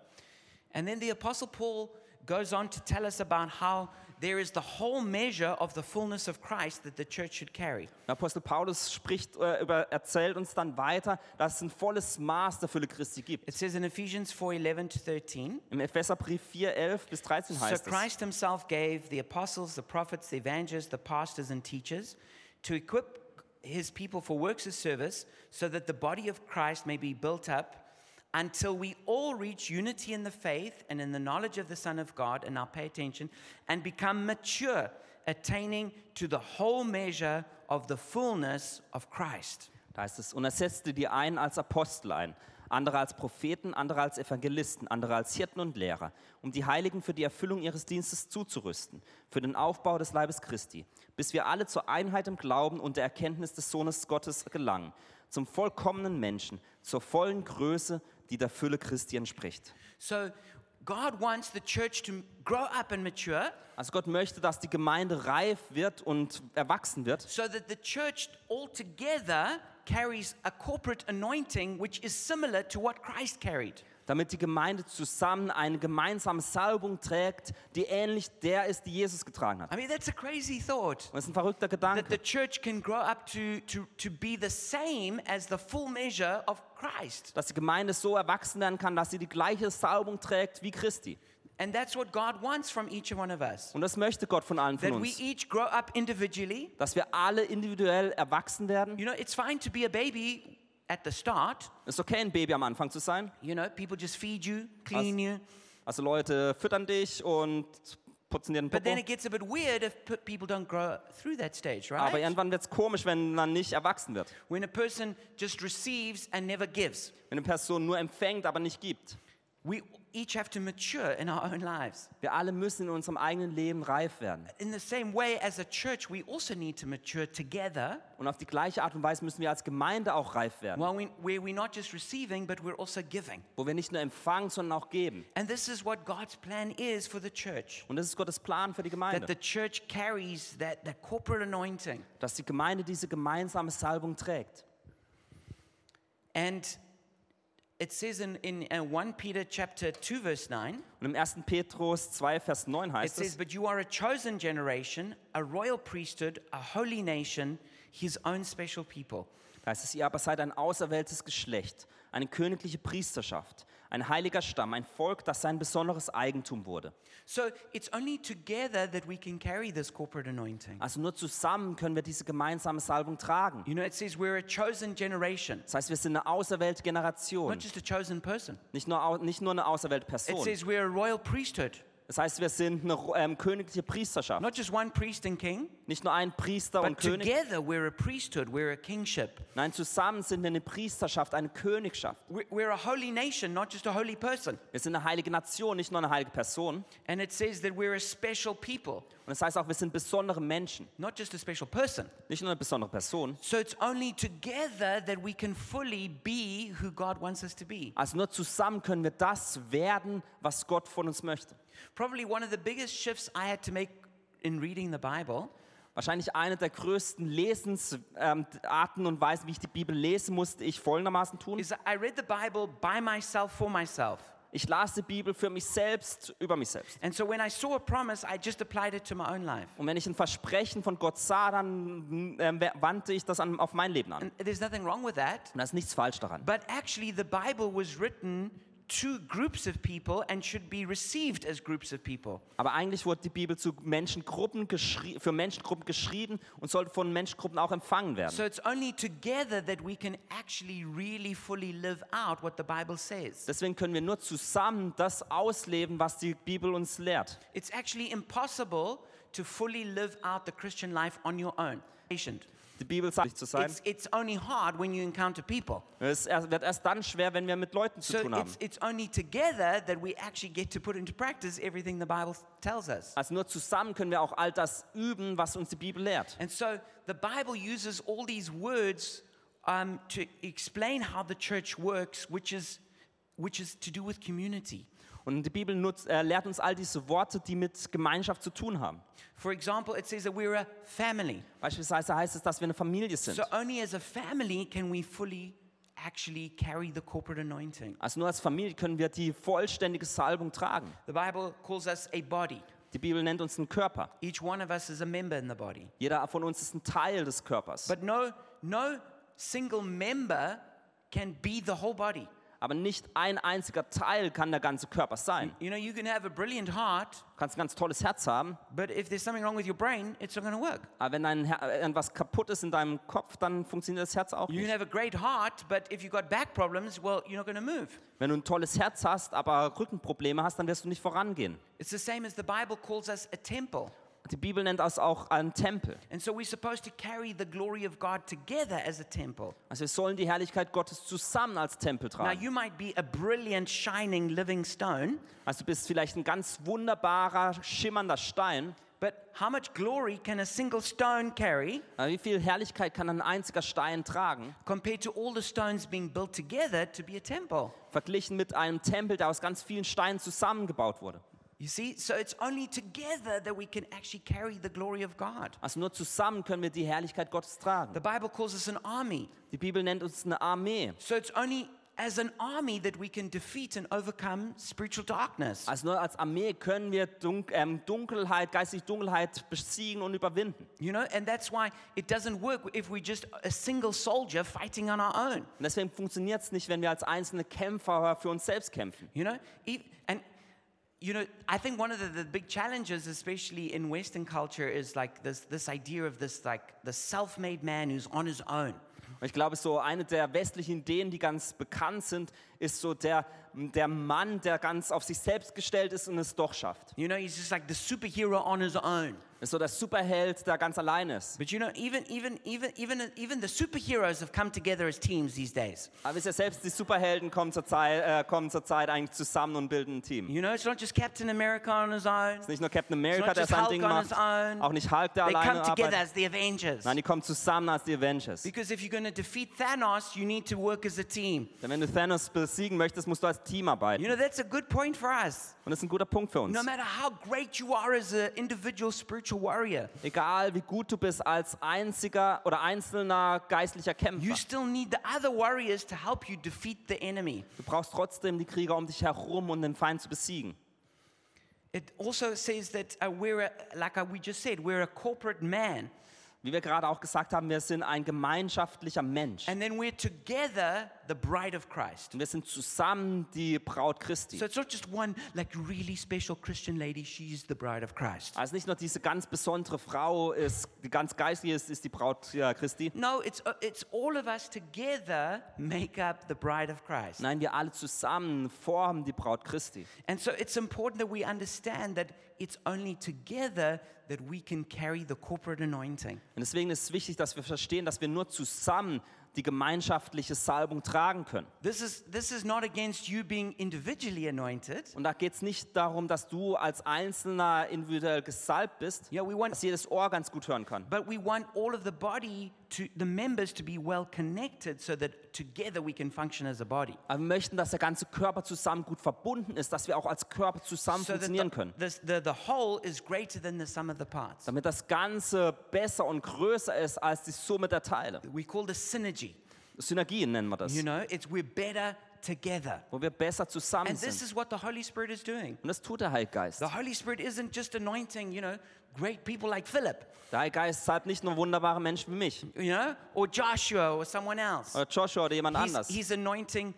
S1: And then the Apostle Paul goes on to tell us about how there is the whole measure of the fullness of Christ that the church should carry.
S2: Der Apostel Paulus spricht, äh, über, erzählt uns dann weiter, dass es ein volles Maß der Fülle Christi gibt.
S1: It says in Ephesians 4:11 to 13,
S2: Im Epheserbrief 4, 11 bis 13
S1: so
S2: heißt es.
S1: Christ himself gave the apostles, the prophets, the evangelists, the pastors and teachers to equip his people for works of service so that the body of Christ may be built up until we all reach unity in the faith and in the knowledge of the Son of God and now pay attention and become mature attaining to the whole measure of the fullness of Christ.
S2: Da heißt es, und er setzte die einen als Apostel ein, andere als Propheten, andere als Evangelisten, andere als Hirten und Lehrer, um die Heiligen für die Erfüllung ihres Dienstes zuzurüsten, für den Aufbau des Leibes Christi, bis wir alle zur Einheit im Glauben und der Erkenntnis des Sohnes Gottes gelangen, zum vollkommenen Menschen, zur vollen Größe, die der Fülle Christi entspricht.
S1: So God wants the church to grow up and mature
S2: Also Gott möchte, dass die Gemeinde reif wird und erwachsen wird,
S1: so that the church altogether carries a corporate anointing which is similar to what Christ carried.
S2: damit die Gemeinde zusammen eine gemeinsame Salbung trägt, die ähnlich der ist, die Jesus getragen hat.
S1: I mean, that's a crazy thought.
S2: Und das ist ein verrückter
S1: That the
S2: Gedanke,
S1: church can grow up to, to, to be the same as the full measure of Christ.
S2: dass die Gemeinde so erwachsen werden kann, dass sie die gleiche Salbung trägt wie Christi.
S1: And that's what God wants from each one of us.
S2: Und das möchte Gott von allen von
S1: That we
S2: uns,
S1: each grow up individually.
S2: dass wir alle individuell erwachsen werden.
S1: You know, it's fine to be a baby at the start.
S2: Es ist okay, ein Baby am Anfang zu sein.
S1: You know, people just feed you, clean you.
S2: Also Leute füttern dich und putzen dir den
S1: But then
S2: Popo.
S1: it gets a bit weird if p- people don't grow through that stage,
S2: Aber
S1: right?
S2: irgendwann wird es komisch, wenn man nicht erwachsen wird.
S1: When a person just receives and never gives.
S2: Wenn eine Person nur empfängt, aber nicht gibt.
S1: We each have to mature in our own lives.
S2: Wir alle müssen in unserem eigenen Leben reif werden.
S1: In the same way as a church, we also need to mature together
S2: Und auf die gleiche Art und Weise müssen wir als Gemeinde auch reif werden,
S1: while we, where we're not just receiving, but we're also giving.
S2: wo wir nicht nur empfangen, sondern auch geben.
S1: And this is what God's plan is for the church
S2: Und das ist Gottes Plan für die
S1: that the
S2: Gemeinde,
S1: church carries that, that corporate anointing.
S2: dass die Gemeinde diese gemeinsame Salbung trägt.
S1: And it says in, in uh, 1 Peter chapter 2, verse 9,
S2: Und im 1. Petrus 2, Vers 9
S1: it
S2: heißt
S1: says,
S2: es,
S1: But you are a chosen generation, a royal priesthood, a holy nation, his own special people.
S2: da heißt es, ihr aber seid ein auserwähltes Geschlecht, eine königliche Priesterschaft, ein heiliger Stamm, ein Volk, das sein besonderes Eigentum wurde.
S1: So it's only together that we can carry this corporate anointing.
S2: Also nur zusammen können wir diese gemeinsame Salbung tragen.
S1: You know, it says we're a chosen generation,
S2: Das heißt, wir sind eine auserwählte
S1: not
S2: Generation,
S1: just a chosen person.
S2: nicht nur, au- nicht nur eine auserwählte
S1: It
S2: Person.
S1: says we're a royal priesthood,
S2: Das heißt, wir sind eine ro- ähm, königliche Priesterschaft.
S1: not just one priest and king,
S2: Nicht nur ein Priester und
S1: but
S2: König.
S1: together we're a priesthood, we're a kingship.
S2: Nein, zusammen sind wir eine Priesterschaft, eine Königschaft.
S1: We're- We're a holy nation, not just a holy person.
S2: Wir sind eine heilige Nation, nicht nur eine heilige Person.
S1: And it says that we're a special people,
S2: Und das heißt auch, wir sind besondere Menschen,
S1: not just a special person.
S2: nicht nur eine besondere Person.
S1: So it's only together that we can fully be who God wants us to be.
S2: Also nur zusammen können wir das werden, was Gott von uns möchte.
S1: Probably one of the biggest shifts I had to make in reading the Bible
S2: Wahrscheinlich eine der größten Lesensarten und Weisen, wie ich die Bibel lesen musste, ich folgendermaßen tun.
S1: is that I read the Bible by myself for myself.
S2: Ich las die Bibel für mich selbst, über mich selbst.
S1: And so when I saw a promise, I just applied it to my own life.
S2: Und wenn ich ein Versprechen von Gott sah, dann äh, wandte ich das an, auf mein Leben an.
S1: And there's nothing wrong with that.
S2: Und da ist nichts falsch daran.
S1: But actually, the Bible was written to groups of people and should be received as groups of people.
S2: Aber eigentlich wurde die Bibel zu Menschengruppen geschrie- für Menschengruppen geschrieben und sollte von Menschengruppen auch empfangen werden.
S1: So it's only together that we can actually really fully live out what the Bible says.
S2: Deswegen können wir nur zusammen das ausleben, was die Bibel uns lehrt.
S1: It's actually impossible to fully live out the Christian life on your own. Patient.
S2: Die Bibel sagt, zu sein,
S1: It's, it's only hard when you encounter people.
S2: es erst- wird erst dann schwer, wenn wir mit Leuten zu
S1: So
S2: tun haben.
S1: it's, it's only together that we actually get to put into practice everything the Bible tells us.
S2: Also nur zusammen können wir auch all das üben, was uns die Bibel lehrt.
S1: And so the Bible uses all these words um, to explain how the church works, which is, which is to do with community.
S2: Und die Bibel nutzt, äh, lehrt uns all diese Worte, die mit Gemeinschaft zu tun haben.
S1: For example, it says that we're a family.
S2: Beispielsweise heißt es, dass wir eine Familie sind.
S1: So only as a family can we fully actually carry the corporate anointing.
S2: Also nur als Familie können wir die vollständige Salbung tragen.
S1: The Bible calls us a body.
S2: Die Bibel nennt uns einen Körper.
S1: Each one of us is a member in the body.
S2: Jeder von uns ist ein Teil des Körpers.
S1: But no, no single member can be the whole body.
S2: Aber nicht ein einziger Teil kann der ganze Körper sein.
S1: You know, you can have a brilliant heart,
S2: Du kannst ein ganz tolles Herz haben,
S1: but if there's something wrong with your brain, it's not going to work.
S2: aber wenn dein Her äh, irgendwas kaputt ist in deinem Kopf, dann funktioniert das Herz auch
S1: You can
S2: nicht.
S1: have a great heart, but if you've got back problems, well, you're not going to move.
S2: Wenn du ein tolles Herz hast, aber Rückenprobleme hast, dann wirst du nicht vorangehen.
S1: It's the same as the Bible calls us a temple.
S2: Die Bibel nennt uns auch einen Tempel.
S1: And so we're supposed to carry the glory of God together as a temple.
S2: Also wir sollen die Herrlichkeit Gottes zusammen als Tempel
S1: Now,
S2: tragen.
S1: you might be a brilliant, shining, living stone,
S2: Also du bist vielleicht ein ganz wunderbarer, schimmernder Stein,
S1: But how much glory can a single stone carry
S2: Aber wie viel Herrlichkeit kann ein einziger Stein tragen,
S1: compared to all the stones being built together to be a temple?
S2: verglichen mit einem Tempel, der aus ganz vielen Steinen zusammengebaut wurde?
S1: You see, so it's only together that we can actually carry the glory of God.
S2: Also nur zusammen können wir die Herrlichkeit Gottes
S1: The
S2: tragen.
S1: Bible calls us an army.
S2: Die Bibel nennt uns eine Armee.
S1: So it's only as an army that we can defeat and overcome spiritual darkness.
S2: Also nur als Armee können wir Dun ähm, Dunkelheit, geistige Dunkelheit besiegen und überwinden.
S1: You know, and that's why it doesn't work if we're just a single soldier fighting on our own.
S2: Und deswegen funktioniert es nicht, wenn wir als einzelne Kämpfer für uns selbst kämpfen.
S1: You know, E- and you know, I think one of the, the big challenges, especially in Western culture, is like this this idea of this like the self-made man who's on his own.
S2: Und ich glaube, so eine der westlichen Ideen, die ganz bekannt sind, ist so der, der Mann, der ganz auf sich selbst gestellt ist und es doch schafft.
S1: You know, he's just like the superhero on his own.
S2: Ist so der Superheld, der ganz allein ist.
S1: But you know, even even even even even the superheroes have come together as teams these days.
S2: Aber ist ja selbst, die Superhelden kommen zur, Zeit, äh, kommen zur Zeit eigentlich zusammen und bilden ein Team.
S1: You know, it's not just Captain America on his own.
S2: Nicht nur Captain America,
S1: It's not
S2: der
S1: just
S2: sein
S1: Hulk
S2: Ding
S1: on
S2: macht,
S1: his own.
S2: auch nicht Hulk, der
S1: They
S2: alleine
S1: come together
S2: arbeitet.
S1: as the Avengers.
S2: Nein, die kommen zusammen als die Avengers.
S1: Because if you're going to defeat Thanos, you need to work as a team.
S2: Denn wenn du Thanos besiegen möchtest, musst du als Team arbeiten.
S1: You know, that's a good point for us.
S2: Und das ist ein guter Punkt für uns.
S1: No matter how great you are as an individual spiritual warrior,
S2: Egal wie gut du bist als einziger oder einzelner geistlicher
S1: you
S2: Kämpfer,
S1: still need the other warriors to help you defeat the enemy.
S2: du brauchst trotzdem die Krieger um dich herum, um den Feind zu besiegen.
S1: It also says that uh, we're, a, like uh, we just said, we're a corporate man.
S2: Wie wir gerade auch gesagt haben, wir sind ein gemeinschaftlicher Mensch.
S1: And then we're together the bride of Christ.
S2: Und wir sind zusammen die Braut Christi.
S1: So it's not just one like really special Christian lady, she's the bride of Christ.
S2: Also nicht nur diese ganz besondere Frau ist, die ganz geistlich ist, ist die Braut ja, Christi.
S1: No, it's, uh, it's all of us together make up the bride of Christ.
S2: Nein, wir alle zusammen formen die Braut Christi.
S1: And so it's important that we understand that it's only together that we can carry the corporate anointing.
S2: Und deswegen ist es wichtig, dass wir verstehen, dass wir nur zusammen die gemeinschaftliche Salbung tragen können.
S1: This is, this is not against you being individually anointed.
S2: Und da geht es nicht darum, dass du als Einzelner individuell gesalbt bist,
S1: Yeah, we want,
S2: dass jedes Ohr ganz gut hören kann.
S1: but we want all of the body to the members to be well connected, so that together we can function as a body.
S2: Aber wir möchten, dass der ganze Körper zusammen gut verbunden ist, dass wir auch als Körper zusammen
S1: So that
S2: funktionieren können.
S1: the, this- the, the whole is greater than the sum of the parts.
S2: Damit das Ganze besser und größer ist als die Summe der Teile.
S1: We call this synergy.
S2: Synergien nennen wir das.
S1: You know, it's we're better together.
S2: Wo wir besser zusammen
S1: And this
S2: sind.
S1: is what the Holy Spirit is doing.
S2: Und das tut der Heilige Geist.
S1: The Holy Spirit isn't just anointing, you know, great people like Philip,
S2: Der Heilige Geist salbt nicht nur wunderbare Menschen wie mich
S1: you know, or Joshua or someone else.
S2: oder Joshua oder jemand
S1: He's,
S2: anders.
S1: he's anointing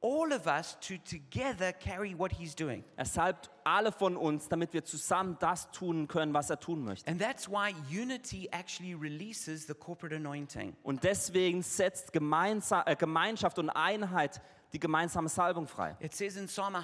S1: all of us to together carry what he's doing.
S2: Er salbt alle von uns, damit wir zusammen das tun können, was er tun möchte.
S1: And that's why unity actually releases the corporate anointing.
S2: Und deswegen setzt Gemeinsa äh, Gemeinschaft und Einheit die gemeinsame Salbung frei.
S1: It says in Psalm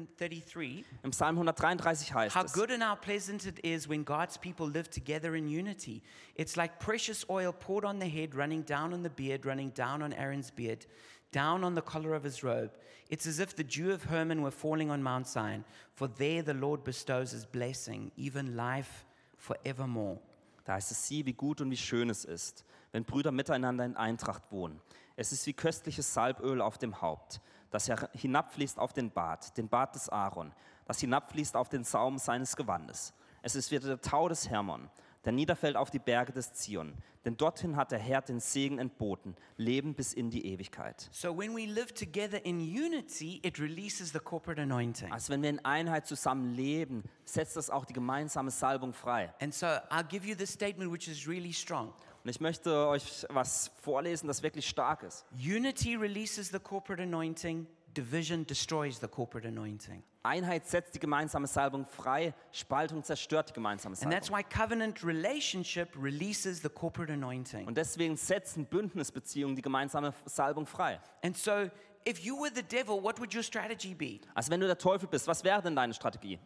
S1: 133
S2: Im Psalm 133 heißt
S1: how
S2: es,
S1: good and how pleasant it is when God's people live together in unity. It's like precious oil poured on the head, running down on the beard, running down on Aaron's beard, down on the collar of his robe. It's as if the dew of Hermon were falling on Mount Zion, for there the Lord bestows his blessing, even life forevermore.
S2: da heißt es, sieh, wie gut und wie schön es ist, wenn Brüder miteinander in Eintracht wohnen. Es ist wie köstliches Salböl auf dem Haupt, das her- hinabfließt auf den Bart, den Bart des Aaron, das hinabfließt auf den Saum seines Gewandes. Es ist wie der Tau des Hermon, der niederfällt auf die Berge des Zion, denn dorthin hat der Herr den Segen entboten, Leben bis in die Ewigkeit.
S1: So when we live together in unity, it releases the corporate anointing.
S2: Also wenn wir in Einheit zusammen leben, setzt das auch die gemeinsame Salbung frei.
S1: And so I'll give you this statement, which is really strong.
S2: Und ich möchte euch was vorlesen, das wirklich stark ist.
S1: Unity releases the corporate anointing, division destroys the corporate anointing.
S2: Einheit setzt die gemeinsame Salbung frei, Spaltung zerstört die gemeinsame
S1: And that's
S2: Salbung.
S1: why covenant relationship releases the corporate anointing.
S2: Und deswegen setzen Bündnisbeziehungen die gemeinsame Salbung frei.
S1: And so, if you were the devil, what would your strategy be?
S2: Also wenn du der Teufel bist, was wäre denn deine Strategie?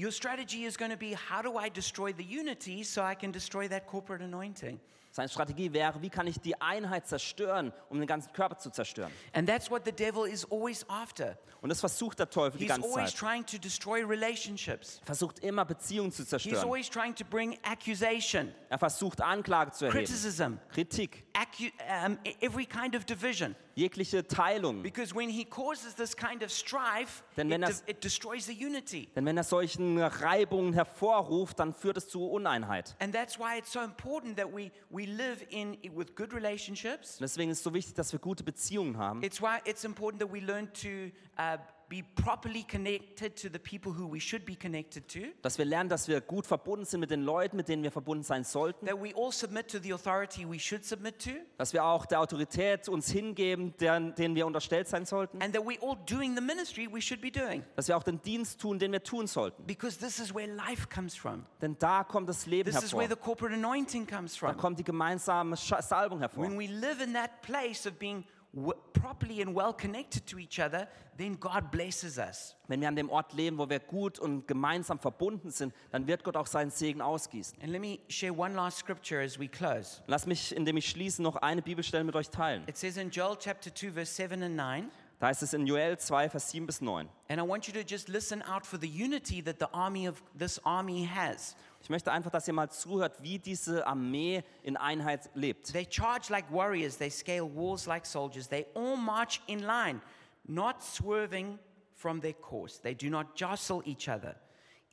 S1: Your strategy is going to be how do I destroy the unity so I can destroy that corporate anointing?
S2: Seine Strategie wäre, wie kann ich die Einheit zerstören, um den ganzen Körper zu zerstören.
S1: And that's what the devil is always after.
S2: Und das versucht der Teufel die
S1: He's
S2: ganze
S1: always
S2: Zeit.
S1: trying to destroy relationships.
S2: Er versucht immer Beziehungen zu
S1: He's
S2: zerstören.
S1: always trying to bring accusation,
S2: Er versucht Anklage zu erheben.
S1: criticism,
S2: Kritik,
S1: acu- um, e- every kind of division.
S2: jegliche Teilung.
S1: Because when he causes this kind of strife,
S2: Then
S1: it,
S2: when
S1: de-
S2: us-
S1: it destroys the unity.
S2: Denn wenn er solchen Reibungen hervorruft, dann führt es zu Uneinheit.
S1: And that's why it's so important that we, we live in with good relationships.
S2: Und deswegen ist es so wichtig, dass wir gute Beziehungen haben.
S1: It's why it's important that we learn to uh, be properly connected to the people who we should be connected to,
S2: Dass wir lernen, dass wir gut verbunden sind mit den Leuten, mit denen wir verbunden sein sollten.
S1: that we all submit to the authority we should submit to,
S2: Dass wir auch der Autorität uns hingeben, deren, denen wir unterstellt sein sollten.
S1: and that we're all doing the ministry we should be doing.
S2: Dass wir auch den Dienst tun, den wir tun sollten.
S1: Because this is where life comes from.
S2: Denn da kommt das Leben
S1: This is where
S2: hervor.
S1: the corporate anointing comes
S2: Da
S1: from.
S2: kommt die gemeinsame Scha- Salbung hervor.
S1: When we live in that place of being w- properly and well connected to each other, then God blesses us.
S2: Wenn wir an dem Ort leben, wo wir gut und gemeinsam verbunden sind, dann wird Gott auch seinen Segen ausgießen.
S1: And let me share one last scripture as we close.
S2: Lass mich, indem ich schließe, noch eine Bibelstelle mit euch teilen.
S1: It says in Joel chapter 2, verse 7 and 9,
S2: Da ist es in Joel 2, Vers 7 bis 9.
S1: and I want you to just listen out for the unity that the army of this army has.
S2: Ich möchte einfach, dass ihr mal zuhört, wie diese Armee in Einheit lebt.
S1: They charge like warriors, they scale walls like soldiers, they all march in line, not swerving from their course. They do not jostle each other.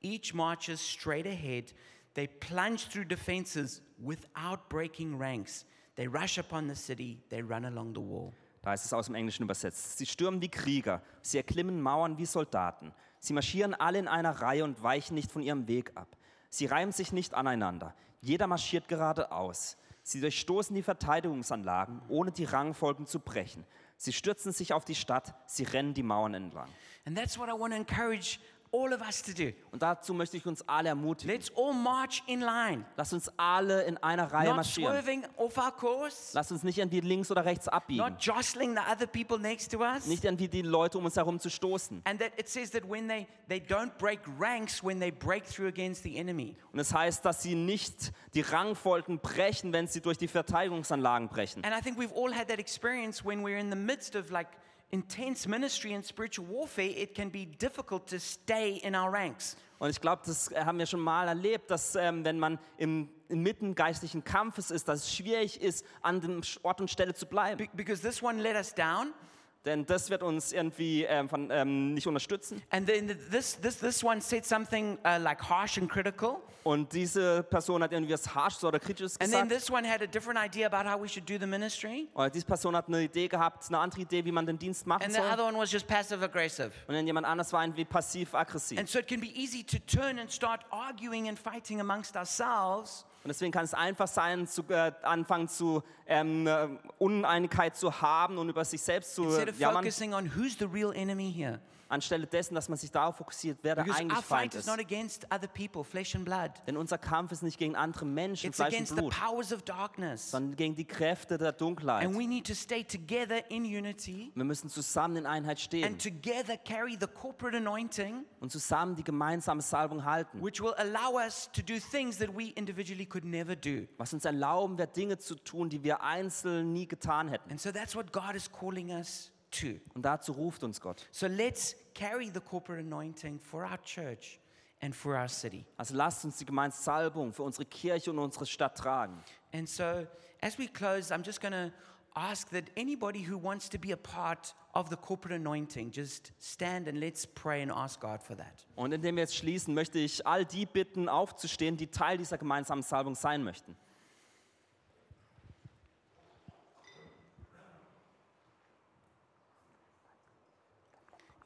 S1: Each marches straight ahead. They plunge through defenses without breaking ranks. They rush upon the city, they run along the wall.
S2: Da ist es aus dem Englischen übersetzt. Sie stürmen wie Krieger, sie erklimmen Mauern wie Soldaten. Sie marschieren alle in einer Reihe und weichen nicht von ihrem Weg ab. Sie reimen sich nicht aneinander. Jeder marschiert geradeaus. Sie durchstoßen die Verteidigungsanlagen, ohne die Rangfolgen zu brechen. Sie stürzen sich auf die Stadt, sie rennen die Mauern entlang.
S1: And that's what I want to encourage all of us to do.
S2: Und dazu möchte ich uns alle ermutigen.
S1: Let's all march in line,
S2: Lasst uns alle in einer Reihe
S1: not
S2: marschieren.
S1: swerving off our course,
S2: Lasst uns nicht irgendwie links oder rechts abbiegen.
S1: not jostling the other people next to us.
S2: Nicht irgendwie die Leute um uns herum zu stoßen.
S1: And that it says that when they, they don't break ranks when they break through against the enemy.
S2: Und es heißt, dass sie nicht die Rangfolgen brechen, wenn sie durch die Verteidigungsanlagen brechen.
S1: And I think we've all had that experience when we're in the midst of like intense ministry and spiritual warfare, it can be difficult to stay in our ranks.
S2: Und ich glaube, das haben wir schon mal erlebt, dass ähm, wenn man im, inmitten geistlichen Kampfes ist, dass es schwierig ist, an dem Ort und Stelle zu bleiben.
S1: Be- because this one let us down,
S2: Denn das wird uns irgendwie ähm, von, ähm, nicht unterstützen.
S1: and then th- this, this, this one said something uh, like harsh and critical,
S2: Und diese Person hat irgendwie was Harsches oder Kritisches
S1: and then
S2: gesagt.
S1: this one had a different idea about how we should do the ministry,
S2: Oder diese Person hat eine Idee gehabt, eine andere Idee, wie man den Dienst machen
S1: and the
S2: soll.
S1: other one was just passive aggressive.
S2: Und dann jemand anders war irgendwie passiv-aggressiv.
S1: And so it can be easy to turn and start arguing and fighting amongst ourselves
S2: Und deswegen kann es einfach sein, zu, äh, anfangen zu ähm, äh, Uneinigkeit zu haben und über sich selbst zu
S1: instead of
S2: jammern,
S1: focusing on who's the real enemy here.
S2: anstelle dessen, dass man sich darauf fokussiert, wer der
S1: Because
S2: eigentlich
S1: our fight
S2: Feind
S1: is
S2: ist.
S1: not against other people, flesh and blood.
S2: Denn unser Kampf ist nicht gegen andere Menschen,
S1: It's
S2: Fleisch und
S1: against the
S2: Blut,
S1: powers of darkness.
S2: sondern gegen die Kräfte der Dunkelheit.
S1: And we need to stay together in unity
S2: wir müssen zusammen in Einheit stehen
S1: and together carry the corporate anointing,
S2: und zusammen die gemeinsame Salbung halten,
S1: which will allow us to do things that we individually could never do.
S2: was uns erlauben wird, Dinge zu tun, die wir einzeln nie getan hätten.
S1: And so that's what God is calling us to.
S2: Und dazu ruft uns Gott.
S1: So let's carry the corporate anointing for our church and for our city.
S2: Also lasst uns die gemeinsame Salbung für unsere Kirche und unsere Stadt tragen.
S1: And so, as we close, I'm just going to ask that anybody who wants to be a part of the corporate anointing, just stand and let's pray and ask God for that.
S2: Und indem wir jetzt schließen, möchte ich all die bitten, aufzustehen, die Teil dieser gemeinsamen Salbung sein möchten.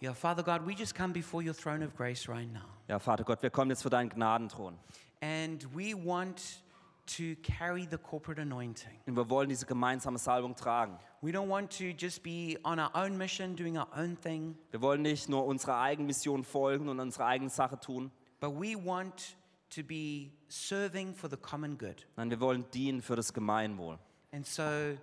S1: Yeah, Father God, we just come before your throne of grace right now.
S2: Ja, Vater Gott, wir kommen jetzt vor deinen Gnadenthron.
S1: And we want to carry the corporate anointing.
S2: Und wir wollen diese gemeinsame Salbung tragen.
S1: We don't want to just be on our own mission, doing our own thing,
S2: Wir wollen nicht nur unserer eigenen Mission folgen und unsere eigene Sache tun,
S1: but we want to be serving for the common good.
S2: sondern wir wollen dienen für das Gemeinwohl.
S1: And so,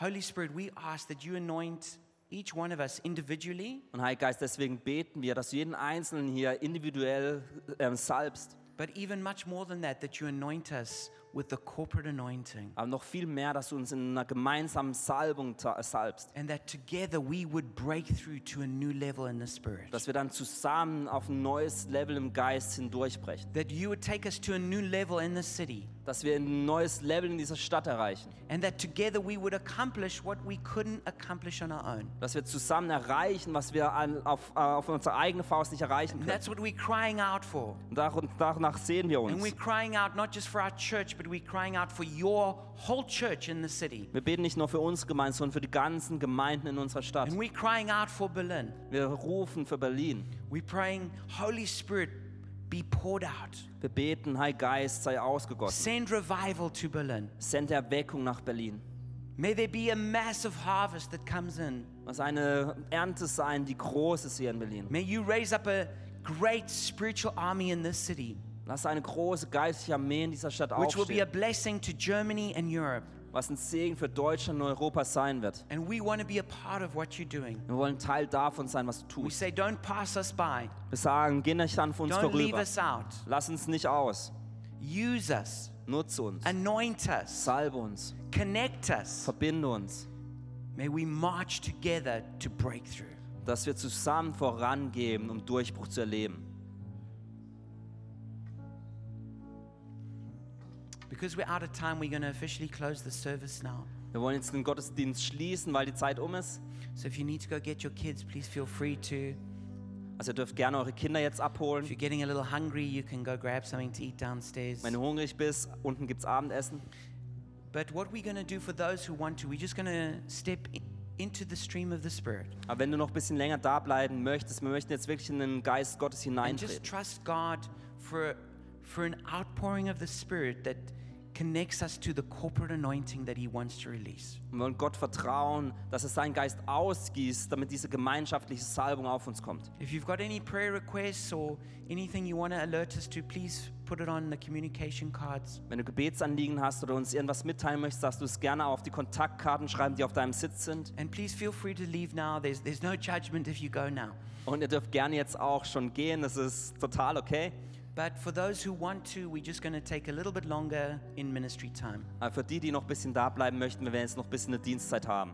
S1: Holy Spirit, we ask that you anoint each one of us individually,
S2: Und Heiliger Geist, deswegen beten wir, dass du jeden Einzelnen hier individuell ähm, salbst.
S1: but even much more than that, that you anoint us with the corporate anointing.
S2: Aber noch viel mehr, dass du uns in einer gemeinsamen Salbung ta- salbst.
S1: And that together we would break through to a new level in the Spirit.
S2: Dass wir dann zusammen auf ein neues Level im Geist hindurchbrechen.
S1: That you would take us to a new level in the city.
S2: Dass wir ein neues Level in dieser Stadt erreichen.
S1: And that together we would accomplish what we couldn't accomplish on our own.
S2: Dass wir zusammen erreichen, was wir an, auf, äh, auf unsere eigene Faust nicht erreichen
S1: And
S2: können.
S1: that's what we're crying out for.
S2: Und dar- danach sehen wir
S1: And we're
S2: uns.
S1: crying out not just for our church, but we're crying out for your whole church in the city.
S2: Wir beten nicht nur für uns Gemeinden, sondern für die ganzen Gemeinden in unserer Stadt.
S1: And we're crying out for Berlin.
S2: Wir rufen für Berlin.
S1: We're praying, Holy Spirit, be poured out.
S2: Wir beten, Heil Geist sei ausgegossen.
S1: Send revival to Berlin.
S2: Send Erweckung nach Berlin.
S1: May there be a massive harvest that comes in.
S2: Lass eine Ernte sein, die groß ist hier in Berlin.
S1: May you raise up a great spiritual army in this city,
S2: Lass eine große geistliche Armee in dieser Stadt
S1: which will be a
S2: aufstehen,
S1: blessing to Germany and Europe.
S2: was ein Segen für Deutschland und Europa sein wird.
S1: And we want to be a part of what you're doing.
S2: Wir wollen Teil davon sein, was du
S1: We
S2: tust.
S1: say, don't pass us by,
S2: Wir sagen, geh nicht an uns
S1: don't leave
S2: vorüber.
S1: us out.
S2: Lass uns nicht aus.
S1: Use us,
S2: Nutze uns.
S1: anoint us,
S2: Salbe uns.
S1: connect us.
S2: Verbinde uns.
S1: May we march together to breakthrough.
S2: Dass wir zusammen vorangehen, um Durchbruch zu erleben.
S1: Because we're out of time, we're going to officially close the service now.
S2: Wir wollen jetzt den Gottesdienst schließen, weil die Zeit um ist.
S1: So if you need to go get your kids, please feel free to.
S2: Also ihr dürft gerne eure Kinder jetzt
S1: If
S2: abholen.
S1: you're getting a little hungry, you can go grab something to eat downstairs.
S2: Wenn du hungrig bist, unten gibt's Abendessen.
S1: But what we're going to do for those who want to, we're just going to step i- into the stream of the Spirit
S2: Aber wenn du noch ein bisschen länger da bleiben möchtest, wir möchten jetzt wirklich in den Geist Gottes
S1: and just
S2: hineintreten.
S1: trust God for, for an outpouring of the Spirit that connects us to the corporate anointing that He wants to release.
S2: Wir wollen Gott vertrauen, dass er seinen Geist ausgießt, damit diese gemeinschaftliche Salbung auf uns kommt.
S1: If you've got any prayer requests or anything you want to alert us to, please put it on the communication cards.
S2: Wenn du Gebetsanliegen hast oder uns irgendwas mitteilen möchtest, darfst du es gerne auf die Kontaktkarten schreiben, die auf deinem Sitz sind.
S1: And please feel free to leave now. There's, there's no judgment if you go now.
S2: Und ihr dürft gerne jetzt auch schon gehen, das ist total okay.
S1: But for those who want to, we're just going to take a little bit longer in ministry time.
S2: Aber für die, die noch ein bisschen da bleiben möchten, wir werden jetzt noch ein bisschen eine Dienstzeit haben.